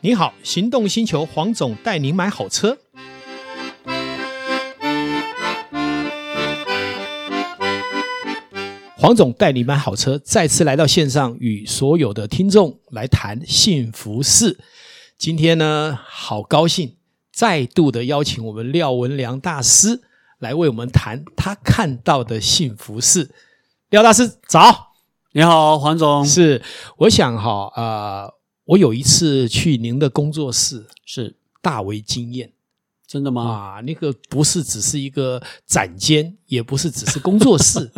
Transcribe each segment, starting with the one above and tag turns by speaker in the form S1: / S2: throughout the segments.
S1: 你好，行动星球黄总带您买好车。黄总带你买好车，再次来到线上，与所有的听众来谈幸福事。今天呢，好高兴再度的邀请我们廖文良大师来为我们谈他看到的幸福事。廖大师早，
S2: 你好，黄总，
S1: 是我想哈啊、呃我有一次去您的工作室，
S2: 是
S1: 大为惊艳
S2: 真的吗？
S1: 啊！那个不是只是一个展间，也不是只是工作室，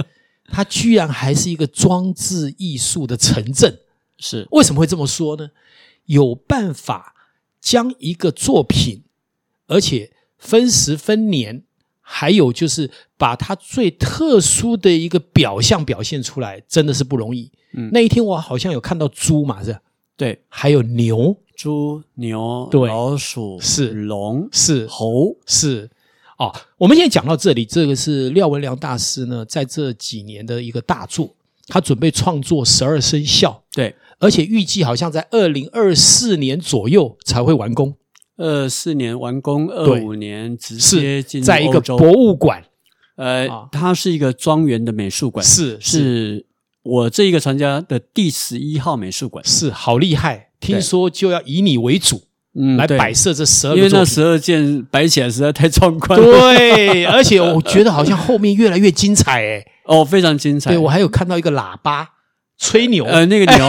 S1: 它居然还是一个装置艺术的城镇。
S2: 是
S1: 为什么会这么说呢？有办法将一个作品，而且分时分年，还有就是把它最特殊的一个表象表现出来，真的是不容易。
S2: 嗯
S1: 那一天我好像有看到猪嘛，是吧
S2: 对，
S1: 还有牛，
S2: 猪、牛、
S1: 对
S2: 老鼠、
S1: 是
S2: 龙、
S1: 是
S2: 猴，
S1: 是哦，我们现在讲到这里，这个是廖文良大师呢，在这几年的一个大作，他准备创作十二生肖，
S2: 对，
S1: 而且预计好像在二零二四年左右才会完工，
S2: 二四年完工，二
S1: 对
S2: 五年直
S1: 是
S2: 接进
S1: 在一
S2: 欧
S1: 个
S2: 洲
S1: 博物馆，啊
S2: 呃，它是一个庄园的美术馆，
S1: 是是
S2: 是我这一个传家的第十一号美术馆，
S1: 是，好厉害！听说就要以你为主
S2: 嗯
S1: 来
S2: 对
S1: 摆设这十二
S2: 因
S1: 个
S2: 为
S1: 作
S2: 那
S1: 品，
S2: 十二件摆起来实在太壮观了，
S1: 对， 而且我觉得好像后面越来越精彩哎，
S2: 哦，非常精彩。
S1: 对我还有看到一个喇叭吹牛，
S2: 呃，那 个牛，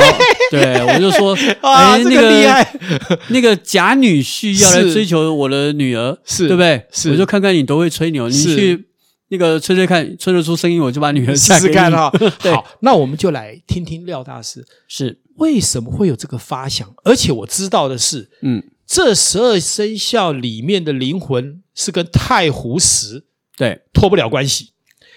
S2: 对我就说，
S1: 啊，
S2: 哎，
S1: 这
S2: 那个
S1: 个厉害，
S2: 那个假女婿要来
S1: 是
S2: 追求我的女儿，
S1: 是
S2: 对不对？
S1: 是
S2: 我就看看你多会吹牛，你
S1: 是
S2: 去那个吹吹看，吹得出声音，我就把 女儿
S1: 试
S2: 嫁给
S1: 试
S2: 你
S1: 看哈、
S2: 对
S1: 好，那我们就来听听廖大师
S2: 是，
S1: 为什么会有这个发想，而且我知道的是，
S2: 嗯，
S1: 这十二生肖里面的灵魂是跟太湖石
S2: 对，
S1: 脱不了关系。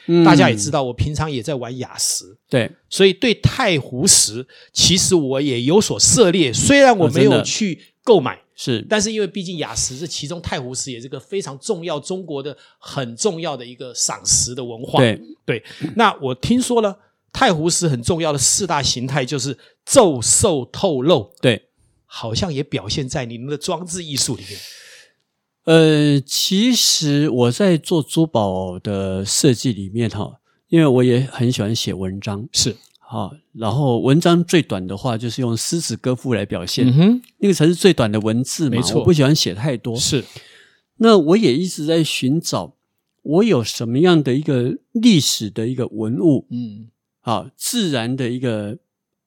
S2: 嗯
S1: 大家也知，道，我平常也在玩雅石。
S2: 对，
S1: 所以对太湖石，其实我也有所涉猎。虽然我
S2: 哦
S1: 没
S2: 真
S1: 有
S2: 的
S1: 去购买，
S2: 是，
S1: 但是因为毕竟雅石这其中太湖石也是个非常重要中国的很重要的一个赏石的文化。
S2: 对，
S1: 对，那我听说了，太湖石很重要的四大形态就是皱、瘦、透漏，
S2: 对，
S1: 好像也表现在你们的装置艺术里面。
S2: 呃，其实我在做珠宝的设计里面哈，因为我也很喜欢写文章，
S1: 是，
S2: 好，然后文章最短的话就是用诗词歌赋来表现，
S1: 嗯哼，
S2: 那个才是最短的文字嘛，
S1: 没错
S2: 我不喜欢写太多，
S1: 是
S2: 那我也一直在寻找，我有什么样的一个历史的一个文物
S1: 嗯，
S2: 啊，自然的一个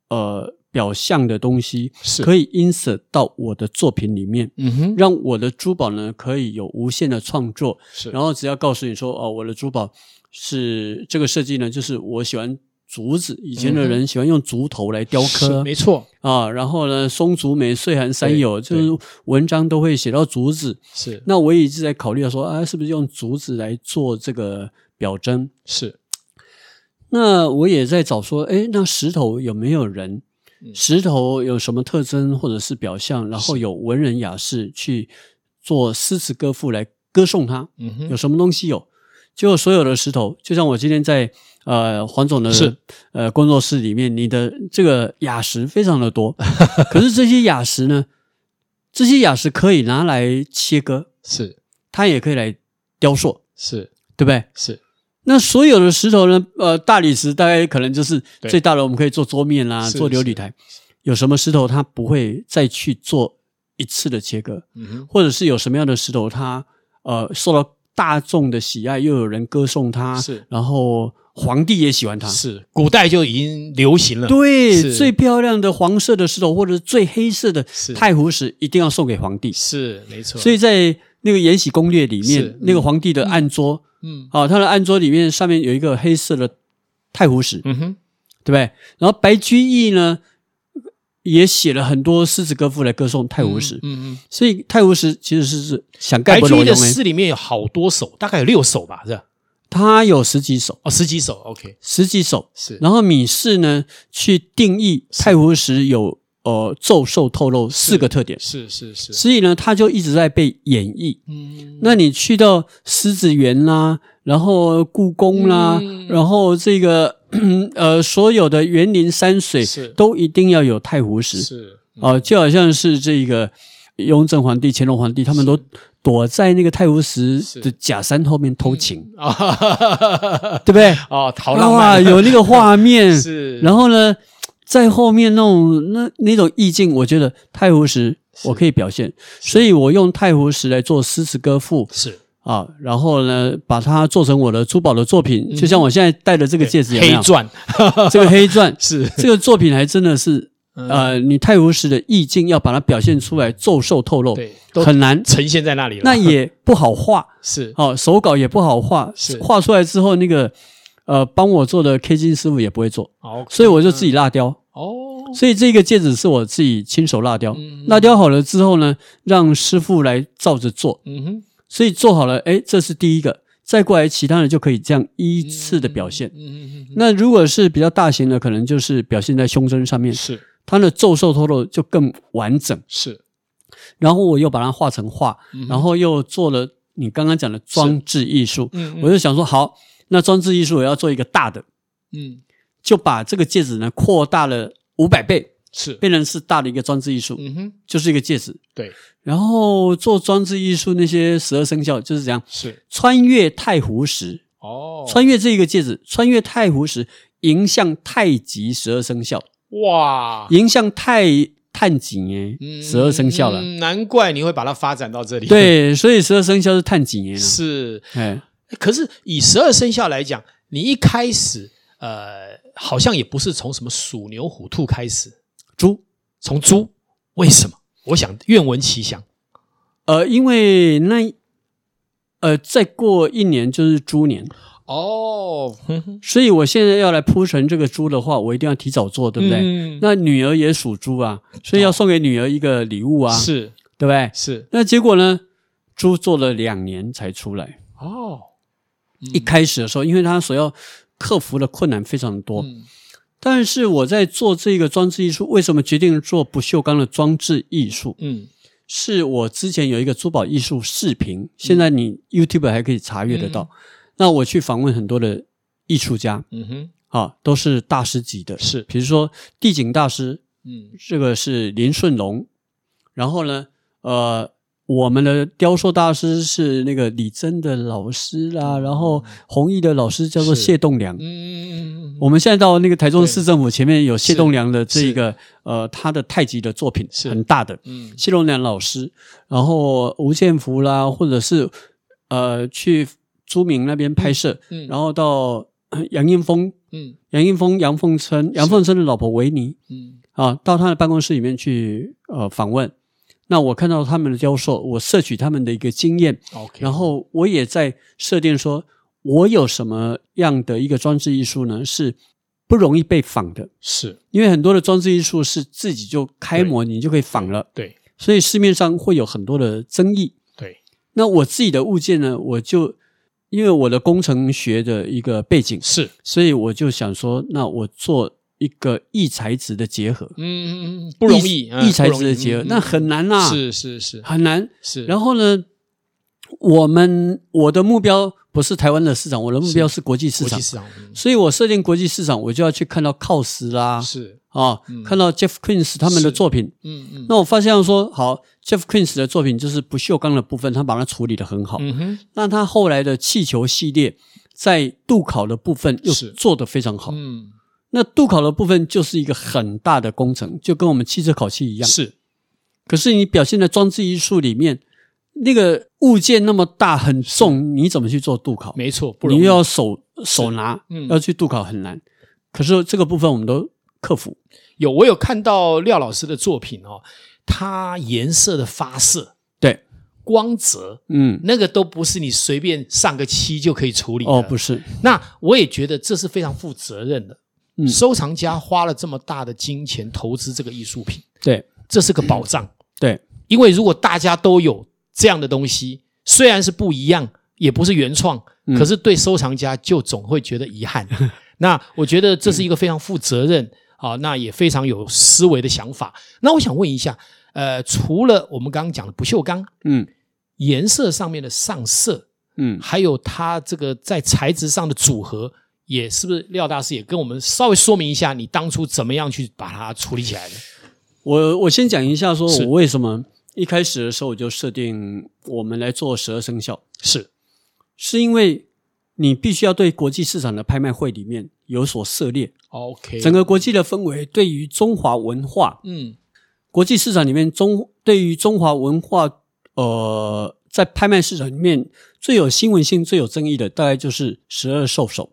S2: 呃表象的东西，
S1: 是
S2: 可以 insert 到我的作品里面，
S1: 嗯哼，
S2: 让我的珠宝呢可以有无限的创作。
S1: 是
S2: 然后只要告诉你说，哦，我的珠宝是这个设计呢，就是我喜欢竹子，以前的人喜欢用竹头来雕
S1: 嗯
S2: 刻，
S1: 是没错，
S2: 啊，然后呢，松竹梅、岁寒三友，就
S1: 对
S2: 是文章都会写到竹子。
S1: 是
S2: 那我也一直在考虑到说啊，是不是用竹子来做这个表征？
S1: 是，
S2: 那我也在找说，哎，那石头有没有人
S1: 嗯？
S2: 石头有什么特征或者是表象？然后有文人雅士去做诗词歌赋来歌颂它，
S1: 嗯
S2: 有
S1: 哼，
S2: 什么东西有？结果所有的石头，就像我今天在呃黄总的
S1: 是
S2: 呃工作室里面，你的这个雅石非常 的多，可是这些雅石呢，这些雅石可以拿来切割，
S1: 是
S2: 它也可以来雕塑，
S1: 是
S2: 对不对？
S1: 是
S2: 那所有的石头呢？呃，大理石大概可能就是
S1: 对
S2: 最大的，我们可以做桌面啦，
S1: 是
S2: 做琉璃台。有什么石头它不会再去做一次的切割，
S1: 嗯哼，
S2: 或者是有什么样的石头它呃受到大众的喜爱，又有人歌颂它，
S1: 是
S2: 然后皇帝也喜欢它。
S1: 是，古代就已经流行了。
S2: 对，
S1: 是
S2: 最漂亮的黄色的石头或者最黑色的
S1: 是
S2: 太湖石一定要送给皇帝。
S1: 是没错，
S2: 所
S1: 以
S2: 以在那个《延禧攻略》里
S1: 是
S2: 面
S1: 嗯，
S2: 那个皇帝的案桌，
S1: 嗯
S2: 啊，他的案桌里面上面有一个黑色的太湖石，
S1: 嗯哼，
S2: 对不对？然后白居易呢，也写了很多诗词歌赋来歌颂太湖石，
S1: 嗯嗯，
S2: 所以太湖石其实是是想
S1: 白
S2: 盖不
S1: 居
S2: 拢
S1: 易的
S2: 用诶，
S1: 诗里面有好多首，大概有六首吧，是吧？
S2: 他有十几首，
S1: 哦，十几首，OK，
S2: 十几首。
S1: 是
S2: 然后米氏呢，去定义太湖石有呃皱瘦透漏四个特点，
S1: 是是是，
S2: 所以呢，他就一直在被演绎。
S1: 嗯，
S2: 那你去到狮子园啦，然后故宫啦，
S1: 嗯
S2: 然后这个 呃所有的园林山水
S1: 是
S2: 都一定要有太湖石啊
S1: 是嗯
S2: 哦、就好像是这个雍正皇帝、乾隆皇帝，他们都躲在那个太湖石
S1: 是
S2: 的假山后面偷情，
S1: 啊哈哈哈哈哈，
S2: 对不对？
S1: 哦，好浪
S2: 哇
S1: 漫，
S2: 有那个画面，
S1: 是，
S2: 然后呢，在后面那种那那种意境，我觉得太湖石我可以表现，所以我用太湖石来做诗词歌赋
S1: 是
S2: 啊，然后呢，把它做成我的珠宝的作
S1: 嗯
S2: 品，就像我现在戴的这个戒指一
S1: 黑
S2: 样，
S1: 钻，，
S2: 这个黑钻
S1: 是
S2: 这个作品还真的
S1: 嗯
S2: 是。呃，你太湖石的意境要把它表现出来，骤受透露，
S1: 对，都
S2: 哦很难，
S1: 呈现在那里了，
S2: 那也不 好画，
S1: 是
S2: 哦，手稿也不好画
S1: 是，
S2: 画出来之后，那个呃，帮我做的 K 金师傅也不会做，
S1: 哦
S2: 所以我就自己蜡雕。
S1: 哦，
S2: 所以这个戒指是我自己亲手蜡雕，
S1: 嗯
S2: 蜡雕好了之后呢，让师傅来照着做。
S1: 嗯哼，
S2: 所以做好了，哎，这是第一个，再过来其他的就可以这样依次的表现。
S1: 嗯嗯嗯
S2: 那如果是比较大型的，可能就是表现在胸针上
S1: 嗯，
S2: 面，
S1: 是
S2: 它的皱皱透露就更完整。
S1: 是，
S2: 然后我又把它画成画，
S1: 嗯
S2: 然后又做了你刚刚讲的装置艺术。
S1: 嗯
S2: 我就想说，好，那装置艺术我要做一个大的，
S1: 嗯
S2: 就把这个戒指呢扩大了五百倍，
S1: 是，
S2: 变成是大的一个装置艺术，
S1: 嗯哼，
S2: 就是一个戒指。
S1: 对，
S2: 然后做装置艺术那些十二生肖就是这样，
S1: 是
S2: 穿越太湖石，
S1: 哦，
S2: 穿越这个戒指，穿越太湖石，迎向太极十二生肖，
S1: 哇，
S2: 迎向太探景耶，
S1: 啊嗯
S2: 十二生肖了。
S1: 嗯难怪你会把它发展到这里，，
S2: 对，所以十二生肖是探景 耶。
S1: 是，
S2: 哎，
S1: 可是以十二生肖来讲，你一开始呃，好像也不是从什么鼠牛虎兔开始，
S2: 猪，
S1: 从猪，为什么？我想愿闻其详。
S2: 呃，因为那，呃，再过一年就是猪年，
S1: 哦，对
S2: 所以我现在要来铺陈这个猪的话，我一定要提早做，对不对？
S1: 嗯、
S2: 那女儿也属猪啊，所以要送给女儿一个礼物啊，
S1: 是
S2: 对不对？
S1: 是
S2: 那结果呢，猪做了两年才出来。
S1: 哦，
S2: 一开始的时候，因为它所要克服的困难非常多，
S1: 嗯
S2: 但是我在做这个装置艺术，为什么决定做不锈钢的装置艺术？
S1: 嗯，
S2: 是我之前有一个珠宝艺术视频，现在你 YouTube 还可以查阅得到。那我去访问很多的艺术家，
S1: 嗯哼，
S2: 啊，都是大师级的，
S1: 是
S2: 比如说地景大师，
S1: 嗯
S2: 这个是林顺龙，然后呢，呃，我们的雕塑大师是那个李真的老师啦，然后弘毅的老师叫做
S1: 哦是
S2: 谢栋梁
S1: 嗯。嗯嗯
S2: 我们现在到那个台中市政府前面有谢栋梁的这
S1: 是
S2: 一个呃他的太极的作品，
S1: 是
S2: 很大的
S1: 嗯
S2: 谢栋梁老师，然后吴建福啦，或者是呃去朱明那边拍摄，
S1: 嗯
S2: 然后到呃杨应峰
S1: 嗯
S2: 杨应峰、杨凤琛、杨凤琛的老婆维尼
S1: 嗯
S2: 啊，到他的办公室里面去呃访问。那我看到他们的雕塑，我摄取他们的一个经验，
S1: ，OK，
S2: 然后我也在设定说，我有什么样的一个装置艺术呢？是不容易被仿的，
S1: 是
S2: 因为很多的装置艺术是自己就开模，你就可以仿了，
S1: 对
S2: 所以市面上会有很多的争议。
S1: 对
S2: 那我自己的物件呢，我就因为我的工程学的一个背景，
S1: 是，
S2: 所以我就想说，那我做一个异材质的结合，
S1: 嗯嗯嗯，不容易，嗯
S2: 异材
S1: 不容
S2: 质
S1: 易
S2: 的结合，
S1: 嗯嗯
S2: 那很难啦、
S1: 是是是
S2: 很难。
S1: 是，
S2: 然
S1: 后
S2: 后呢，我们我的目标不是台湾的市场，我的目标是国际市
S1: 国
S2: 场
S1: 际，市场嗯
S2: 所以我设定国际市场，我就要去看到 COS 啦，
S1: 是，
S2: 啊，
S1: 嗯
S2: 看到 Jeff Queens 他们
S1: 是
S2: 的作品。
S1: 嗯嗯，
S2: 那我发现说，好，Jeff Queens 的作品就是不锈钢的部分，他把它处理的很好。
S1: 嗯哼，
S2: 那他后来的气球系列，在镀烤的部分又
S1: 是
S2: 做得非常好。
S1: 嗯
S2: 那镀烤的部分就是一个很大的工程，就跟我们汽车烤漆一样。
S1: 是
S2: 可是你表现在装置艺术里面，那个物件那么大很重，你怎么去做镀烤？
S1: 没错，不容
S2: 你
S1: 易
S2: 又要手手拿，
S1: 嗯
S2: 要去镀烤很难。可是这个部分我们都克服。
S1: 有，我有看到廖老师的作品哦，它颜色的发色、
S2: 对，
S1: 光泽，
S2: 嗯，
S1: 那个都不是你随便上个漆就可以处理的。
S2: 哦，不是，
S1: 那我也觉得这是非常负责任的。
S2: 嗯
S1: 收藏家花了这么大的金钱投资这个艺术品，
S2: 对
S1: 这是个
S2: 嗯
S1: 宝藏。
S2: 对，
S1: 因为如果大家都有这样的东西，虽然是不一样，也不是原创，可是对收藏家就总会觉得遗 憾。那我觉得这是一个非常负责任啊，那也非常有思维的想法。那我想问一下，呃，除了我们刚刚讲的不锈钢
S2: 嗯
S1: 颜色上面的上色，
S2: 嗯，
S1: 还有它这个在材质上的组合，也是不是廖大师也跟我们稍微说明一下，你当初怎么样去把它处理起来的？
S2: 我我先讲一下，说
S1: 是
S2: 我为什么一开始的时候我就设定我们来做十二生肖，
S1: 是
S2: 是因为你必须要对国际市场的拍卖会里面有所涉猎，
S1: OK，
S2: 整个国际的氛围对于中华文化，
S1: 嗯
S2: 国际市场里面中对于中华文化，呃，在拍卖市场里面最有新闻性、最有争议的，大概就是十二兽首，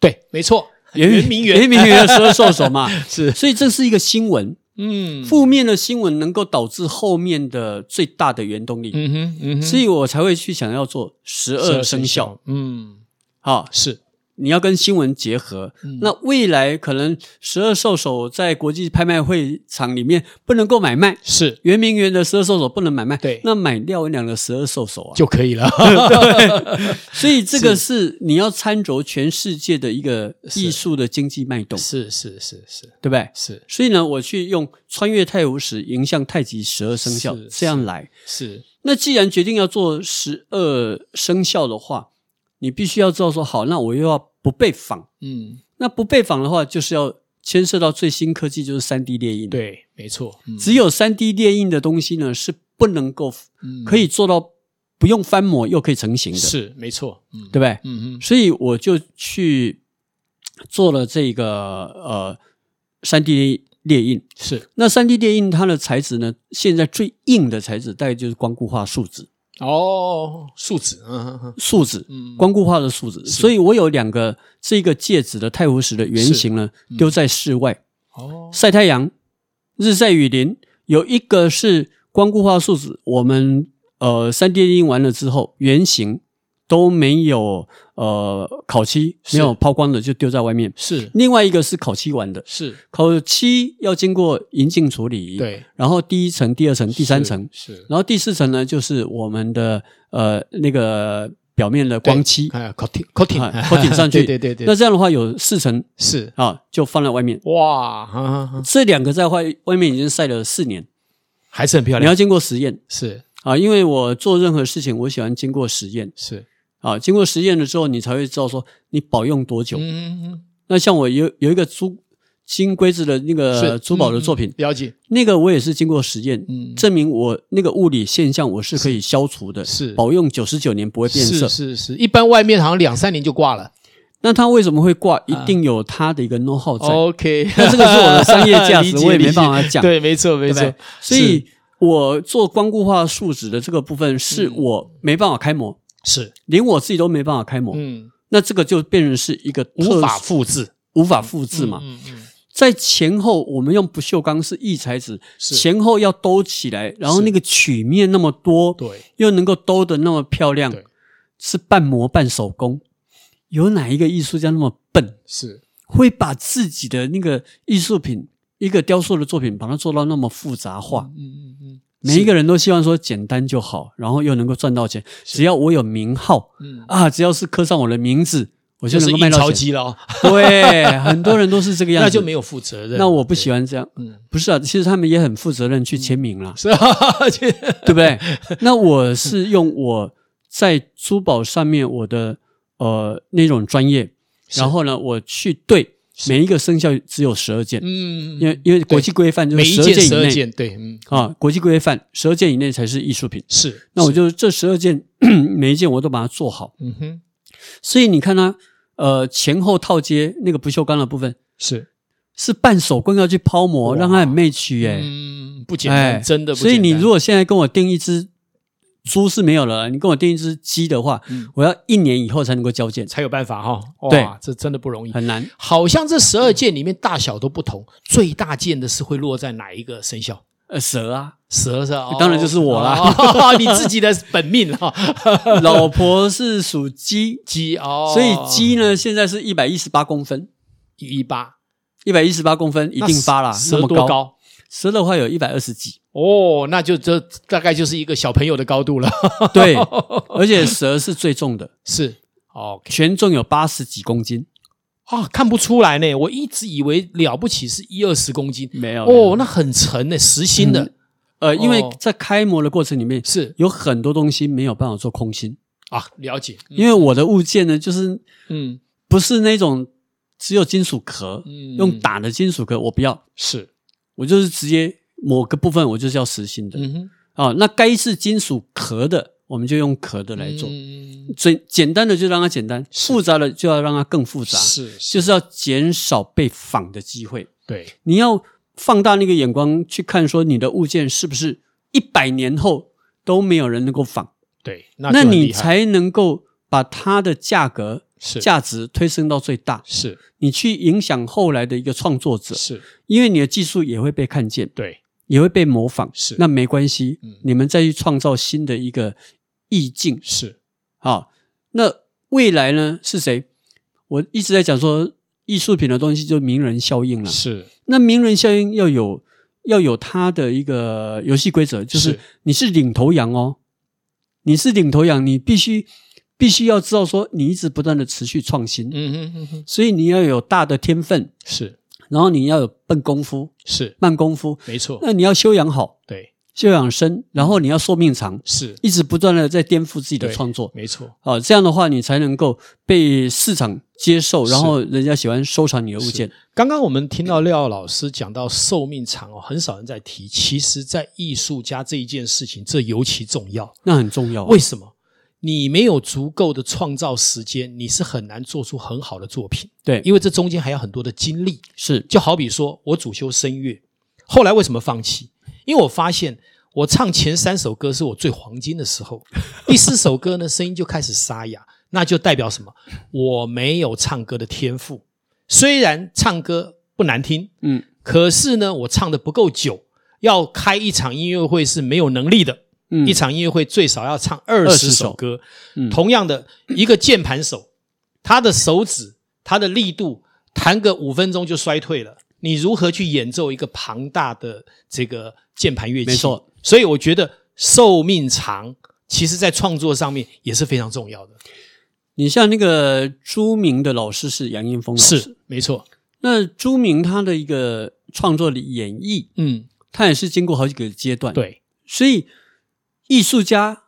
S1: 对，没错，圆明园
S2: 圆明园的十二兽首 嘛。
S1: 是
S2: 所以这是一个新闻，
S1: 嗯
S2: 负面的新闻能够导致后面的最大的原动力，
S1: 嗯哼嗯哼
S2: 所以我才会去想要做十二生肖。，
S1: 嗯
S2: 好，
S1: 是
S2: 你要跟新闻结合。
S1: 嗯
S2: 那未来可能十二兽首在国际拍卖会场里面不能够买卖，
S1: 是
S2: 圆明园的十二兽首不能买卖，
S1: 对
S2: 那买廖文良的十二兽首啊。
S1: 就可以了，
S2: 所以这个是你要参酌全世界的一个艺术的经济脉 动，
S1: 是是是是
S2: 对不对？
S1: 是
S2: 所以呢，我去用穿越太湖石迎向太极十二生肖
S1: 是
S2: 这样来。
S1: 是
S2: 那既然决定要做十二生肖的话，你必须要知道说，好，那我又要不被仿。
S1: 嗯
S2: 那不被仿的话，就是要牵涉到最新科技，就是三 D 列印。，
S1: 对，没错，嗯
S2: 只有三 D 列印的东西呢，是不能够
S1: 嗯
S2: 可以做到不用翻模又可以成型的，
S1: 是没错，嗯
S2: 对不对？
S1: 嗯哼
S2: 所以我就去做了这个呃三 D 列印。
S1: 是
S2: 那三 D 列印它的材质呢，现在最硬的材质大概就是光固化树脂，
S1: 哦，树脂嗯哼
S2: 树脂。
S1: 嗯
S2: 光固化的树脂，所以我有两个这个戒指的太湖石的原型呢，
S1: 嗯
S2: 丢在室外
S1: 哦
S2: 晒太阳，日晒雨淋。有一个是光固化树脂，我们呃三 D 列印完了之后，原型都没有呃烤漆，
S1: 是
S2: 没有抛光的就丢在外面。
S1: 是
S2: 另外一个是烤漆完的，
S1: 是
S2: 烤漆要经过银镜处理，，
S1: 对
S2: 然后第一层、第二层、第三层，
S1: 是是
S2: 然后第四层呢就是我们的呃那个表面的光漆
S1: 哎 coating coating
S2: 啊 coating 上去
S1: 对对对
S2: 那
S1: 对
S2: 这样的话有四层
S1: 是
S2: 啊，就放在外面。
S1: 哇嗯哈哈哈
S2: 这两个在外外面已经晒了四年，
S1: 还是很漂
S2: 你
S1: 亮
S2: 要经过实验
S1: 是
S2: 啊，因为我做任何事情，我喜欢经过实验
S1: 是
S2: 啊，经过实验了之后，你才会知道说你保用多久。
S1: 嗯嗯
S2: 那像我有有一个珠金龟子的那
S1: 是
S2: 个呃珠宝的作
S1: 嗯
S2: 品，
S1: 了解
S2: 那个我也是经过实验，
S1: 嗯
S2: 证明我那个物理现象我是可以消除的，
S1: 是
S2: 保用九十九年不会变色
S1: 是。是是，一般外面好像两三年就挂了
S2: 那它为什么会
S1: 啊
S2: 挂？一定有它的一个 know how 在。
S1: OK
S2: 哦那这个是我的商业价 值
S1: 理，解
S2: 我也没办法讲，
S1: 对没错
S2: 对
S1: 没
S2: 不
S1: 错
S2: 对？所以我做光固化树脂的这个部分，是
S1: 嗯
S2: 我没办法开模，
S1: 是
S2: 连我自己都没办法开模。
S1: 嗯
S2: 那这个就变成是一个特
S1: 无法复制
S2: 无法复制嘛。
S1: 嗯嗯
S2: 在前后，我们用不锈钢是异材质，
S1: 是
S2: 前后要兜起来，然后
S1: 是
S2: 那个曲面那么多，
S1: 对
S2: 又能够兜的那么漂亮
S1: 对，
S2: 是半模半手工。有哪一个艺术家那么笨，
S1: 是
S2: 会把自己的那个艺术品、一个雕塑的作品，把它做到那么复杂化？
S1: 嗯嗯嗯
S2: 每一个人都希望说简单就好，然后又能够赚到钱。只要我有名号
S1: 嗯，
S2: 啊，只要是刻上我的名字，我就
S1: 就是
S2: 能够卖
S1: 印
S2: 到
S1: 钞
S2: 钱。
S1: 机了哦，
S2: 对，很多人都是 这个样子，
S1: 那就没有负责任。
S2: 那我不喜欢这样。
S1: 嗯
S2: 不是啊，其实他们也很负责任去签名啦，
S1: 是啊， 这
S2: 对不对？那我是用我在珠宝上面我的呃那种专业，
S1: 是
S2: 然后呢，我去对每一个生肖只有十二件，
S1: 嗯，
S2: 因为因为国际规范就
S1: 每一
S2: 是十二
S1: 件
S2: 件
S1: 十二
S2: 以内
S1: 件，对，嗯，
S2: 啊，国际规范十二件以内才是艺术品。
S1: 是。
S2: 那我
S1: 是
S2: 就这十二件 每一件我都把它做好，
S1: 嗯哼，
S2: 所以你看它呃前后套接那个不锈钢的部分
S1: 是，
S2: 是半手工要去抛
S1: 哇
S2: 模，让它很 match 耶、
S1: 嗯，不简单，真的不简
S2: 哎
S1: 单。
S2: 所以你如果现在跟我定一只猪是没有了，你跟我定一只鸡的话，
S1: 嗯
S2: 我要一年以后才能够交件，
S1: 才有办法哈，哇
S2: 对
S1: 这真的不容易。
S2: 很难。
S1: 好像这十二件里面大小都不同，最大件的是会落在哪一个生肖？
S2: 呃，蛇啊，
S1: 蛇是吧？哦
S2: 当然就是我啦
S1: 哦 你自己的本命哈，
S2: 老婆是属 鸡，
S1: 鸡哦，
S2: 所以鸡呢现在是一百一十八公分，
S1: 一一八
S2: 一百一十八公分一定发啦，那
S1: 蛇
S2: 么
S1: 多
S2: 高。
S1: 高？
S2: 蛇的话有一百二 十几，
S1: 哦，那就这大概就是一个小朋友的高度了。
S2: 对，而且蛇是最重的，
S1: 是，OK
S2: 全重有八十几公斤，
S1: 啊，看不出来呢。我一直以为了不起是一二十公斤，
S2: 没有
S1: 哦，那很沉呢，实心的、
S2: 嗯呃，因为
S1: 哦
S2: 在开模的过程里面
S1: 是
S2: 有很多东西没有办法做空心，
S1: 啊，了解。
S2: 因为我的物件呢就是
S1: 嗯
S2: 不是那种只有金属壳，
S1: 嗯
S2: 用打的金属壳我不要，
S1: 是，
S2: 我就是直接某个部分我就是要实心的。
S1: 嗯哼，
S2: 啊。那该是金属壳的，我们就用壳的来做。
S1: 嗯
S2: 最简单的就让它简单，复杂的就要让它更复杂，
S1: 是是，
S2: 就是要减少被仿的机会。
S1: 对，
S2: 你要放大那个眼光去看，说你的物件是不是一百年后都没有人能够仿，
S1: 对，那
S2: 那
S1: 就很
S2: 你
S1: 厉害
S2: 才能够把它的价格
S1: 是
S2: 价值推升到最大，
S1: 是
S2: 你去影响后来的一个创作者，
S1: 是，
S2: 因为你的技术也会被看见，
S1: 对，
S2: 也会被模仿，
S1: 是
S2: 那没关系，
S1: 嗯
S2: 你们再去创造新的一个意境
S1: 是
S2: 啊、那未来呢是谁？我一直在讲说，艺术品的东西就名人效应了。
S1: 是
S2: 那名人效应要有要有它的一个游戏规则，就是
S1: 是
S2: 你是领头羊哦，你是领头羊，你必须必须要知道说你一直不断的持续创新，
S1: 嗯哼嗯哼，
S2: 所以你要有大的天分，
S1: 是
S2: 然后你要有笨功夫、
S1: 是
S2: 慢功夫，
S1: 没错，
S2: 那你要修养好、
S1: 对，
S2: 修养深，然后你要寿命长，
S1: 是
S2: 一直不断的在颠覆自己的
S1: 对
S2: 创作。
S1: 没错，
S2: 啊，这样的话你才能够被市场接受，然后人家喜欢收藏你的物件。
S1: 刚刚我们听到廖老师讲到寿命长哦，很少人在提。其实，在艺术家这一件事情，这尤其重要。
S2: 那很重要啊、
S1: 为什么？你没有足够的创造时间，你是很难做出很好的作品，
S2: 对，
S1: 因为这中间还有很多的经历。
S2: 是
S1: 就好比说我主修声乐，后来为什么放弃？因为我发现我唱前三首歌是我最黄金的时候，第四首歌呢声音就开始沙哑，那就代表什么？我没有唱歌的天赋。虽然唱歌不难听，
S2: 嗯
S1: 可是呢我唱的不够久，要开一场音乐会是没有能力的。
S2: 嗯
S1: 一场音乐会最少要唱二十
S2: 20
S1: 首
S2: 首
S1: 歌。
S2: 嗯
S1: 同样的，一个键盘手，他的手指、他的力度，弹个五分钟就衰退了。你如何去演奏一个庞大的这个键盘乐器？
S2: 没错，
S1: 所以我觉得寿命长，其实在创作上面也是非常重要的。
S2: 你像那个朱明的老师是杨应峰老师，
S1: 是，没错，
S2: 那朱明他的一个创作的演绎，
S1: 嗯，
S2: 他也是经过好几个阶段，，
S1: 对，
S2: 所以艺术家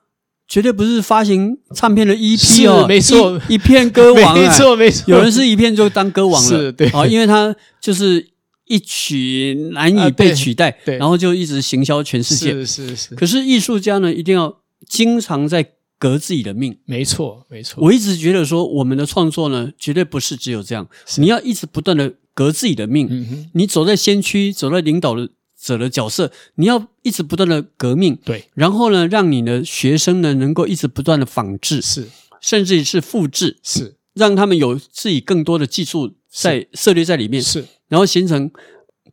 S2: 绝对不是发行唱片的 EP
S1: 是
S2: 哦，
S1: 没错
S2: 一，一片歌王、啊，
S1: 没错，没错，
S2: 有人是一片就当歌王了，
S1: 是对
S2: 啊，因为他就是一曲难以被取代，
S1: 啊对对
S2: 然后就一直行销全世界。
S1: 是是是，
S2: 可是艺术家呢，一定要经常在革自己的命。
S1: 没错，没错，
S2: 我一直觉得说，我们的创作呢，绝对不是只有这样，你要一直不断的革自己的命。
S1: 嗯哼，
S2: 你走在先驱，走在领导者的角色，你要一直不断的革命，
S1: 对，
S2: 然后呢，让你的学生呢能够一直不断的仿制，
S1: 是
S2: 甚至是复制，
S1: 是
S2: 让他们有自己更多的技术在涉猎在里面，
S1: 是
S2: 然后形成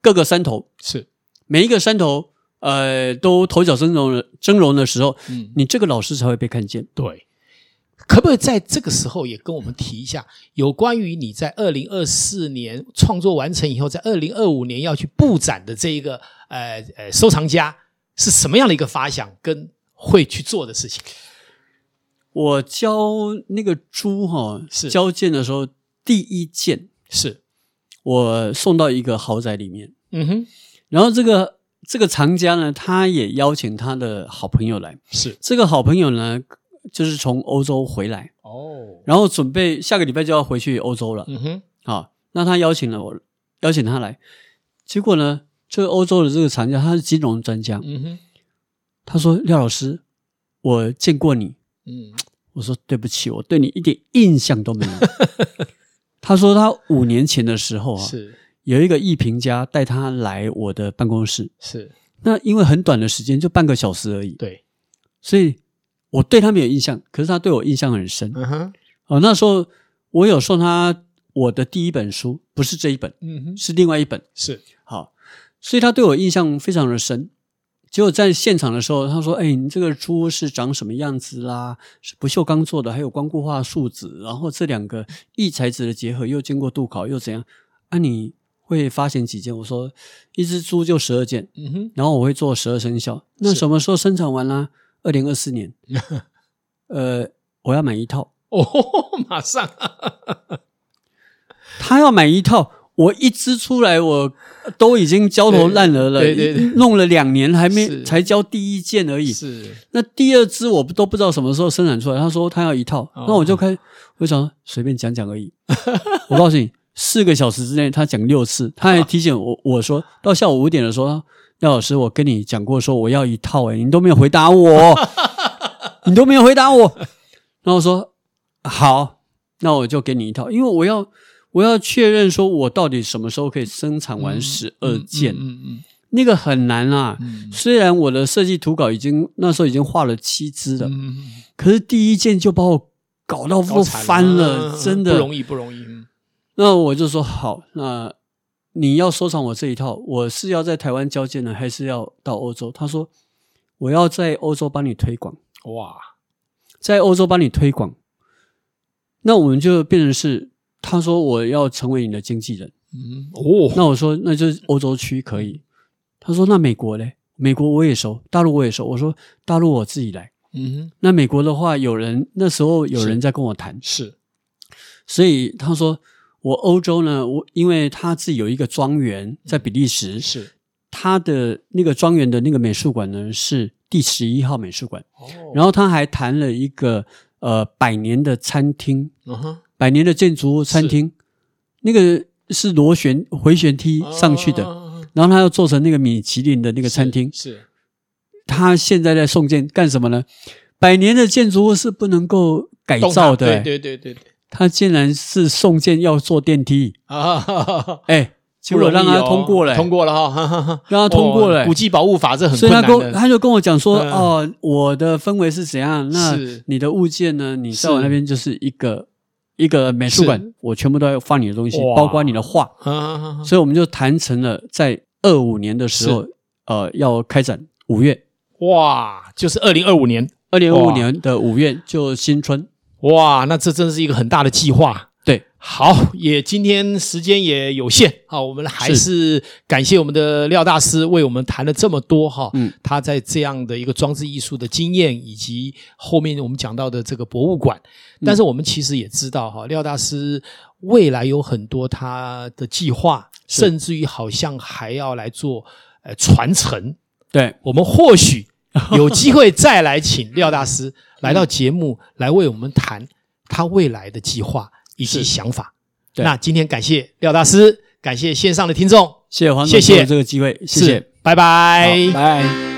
S2: 各个山头，
S1: 是，
S2: 每一个山头呃都头角峥嵘的峥嵘的时候，
S1: 嗯。
S2: 你这个老师才会被看见。
S1: 对，可不可以在这个时候也跟我们提一下，有关于你在二零二四年创作完成以后，在二零二五年要去布展的这一个呃呃收藏家是什么样的一个发想跟会去做的事情？
S2: 我教那个猪哈、
S1: 是
S2: 教剑的时候，第一剑
S1: 是，
S2: 我送到一个豪宅里面，
S1: 嗯哼，
S2: 然后这个这个藏家呢，他也邀请他的好朋友来，
S1: 是
S2: 这个好朋友呢就是从欧洲回来，
S1: 哦，
S2: 然后准备下个礼拜就要回去欧洲了。
S1: 嗯哼，
S2: 好，那他邀请了我，邀请他来，结果呢，这个欧洲的这个藏家他是金融专家，
S1: 嗯哼，
S2: 他说廖老师，我见过你，
S1: 嗯，
S2: 我说对不起，我对你一点印象都没有。 他说他五年前的时候啊，
S1: 是
S2: 有一个艺评家带他来我的办公室，
S1: 是，
S2: 那因为很短的时间，就半个小时而已，
S1: 对，
S2: 所以我对他没有印象，可是他对我印象很深。
S1: 嗯哼，
S2: 哦，那时候我有送他我的第一本书，不是这一本，
S1: 嗯哼，
S2: 是另外一本。
S1: 是
S2: 好，所以他对我印象非常的深。结果在现场的时候，他说：“哎，你这个猪是长什么样子啦？是不锈钢做的，还有光固化树脂，然后这两个异材质的结合，又经过镀烤，又怎样？啊，你会发行几件？”我说：“一只猪就十二件，
S1: 嗯哼，
S2: 然后我会做十二生肖。那
S1: 是
S2: 什么时候生产完啦？二零二四年。呃，我要买一套。
S1: 哦，马上，
S2: 他要买一套，我一支出来，我都已经焦头烂额了，
S1: 对对对对
S2: 弄了两年还没
S1: 是
S2: 才交第一件而已。
S1: 是
S2: 那第二支我都不知道什么时候生产出来。他说他要一套，
S1: 哦
S2: 那我就开，我想随便讲讲而已。我告诉你，四个小时之内，他讲六次，他还提醒我，我说到下午五点的时候，廖老师，我跟你讲过，说我要一套、欸，哎，你都没有回 答我，你都没有回答我。然后我说好，那我就给你一套，因为我要我要确认说我到底什么时候可以生产完十二件，
S1: 嗯嗯
S2: 那个很难啊。
S1: 嗯
S2: 虽然我的设计图稿已经那时候已经画了七支了，
S1: 嗯，
S2: 可是第一件就把我搞到
S1: 高
S2: 都
S1: 产
S2: 翻
S1: 嗯
S2: 了，真的
S1: 不容易，不容易。嗯
S2: 那我就说好，那你要收藏我这一套，我是要在台湾交件呢，还是要到欧洲？他说我要在欧洲帮你推广，
S1: 哇，
S2: 在欧洲帮你推广。那我们就变成是，他说我要成为你的经纪人，
S1: 嗯哦，
S2: 那我说那就是欧洲区可以。他说那美国嘞，美国我也熟，大陆我也熟。我说大陆我自己来。
S1: 嗯，
S2: 那美国的话，有人那时候有人在跟我谈，
S1: 是，
S2: 所以他说我欧洲呢，我因为他自己有一个庄园在比利时，
S1: 嗯是
S2: 他的那个庄园的那个美术馆呢是第十一号美术馆，
S1: 哦，
S2: 然后他还谈了一个呃百年的餐厅，
S1: 嗯哼，
S2: 百年的建筑物餐厅，那个是螺旋回旋梯上去的。
S1: 啊
S2: 然后他要做成那个米其林的那个餐厅，
S1: 是是
S2: 他现在在送件干什么呢？百年的建筑物是不能够改
S1: 动
S2: 造
S1: 它
S2: 的、欸
S1: 对对对对对
S2: 他竟然是送件要坐电梯，
S1: 啊，哈哈 哈
S2: 哎、结
S1: 不
S2: 果
S1: 容易
S2: 让他
S1: 哦
S2: 通过了、
S1: 通过了哈哈哈哈，
S2: 让他通过了
S1: 哦古迹保护法这很
S2: 所
S1: 困
S2: 以
S1: 难
S2: 他跟我
S1: 的，
S2: 他就跟我讲说，
S1: 嗯
S2: 哦，我的氛围是怎样？那
S1: 是
S2: 你的物件呢？你在
S1: 是
S2: 我那边就是一个以一个美术馆，我全部都要放你的东西
S1: 哇，
S2: 包括你的画。
S1: 啊，
S2: 所以我们就谈成了，在二五年的时候，呃，要开展五月，
S1: 哇，就是二零二五年，
S2: 二零二五
S1: 哇
S2: 年的五月就新春。
S1: 哇，那这真是一个很大的计划。
S2: 对，
S1: 好，也今天时间也有限啊，我们还是感谢我们的廖大师为我们谈了这么多哈。
S2: 嗯，
S1: 他在这样的一个装置艺术的经验，以及后面我们讲到的这个博物馆，
S2: 嗯
S1: 但是我们其实也知道哈，廖大师未来有很多他的计划，
S2: 是
S1: 甚至于好像还要来做呃传承。
S2: 对，
S1: 我们或 许有机会再来请廖大
S2: 嗯
S1: 师来到节目，来为我们谈他未来的计划以及
S2: 是
S1: 想法。
S2: 对
S1: 那今天感谢廖大师，感谢线上的听众，
S2: 谢谢黄
S1: 谢
S2: 总
S1: 谢
S2: 给我这个机会，谢
S1: 是
S2: 谢，
S1: 拜拜
S2: 好拜。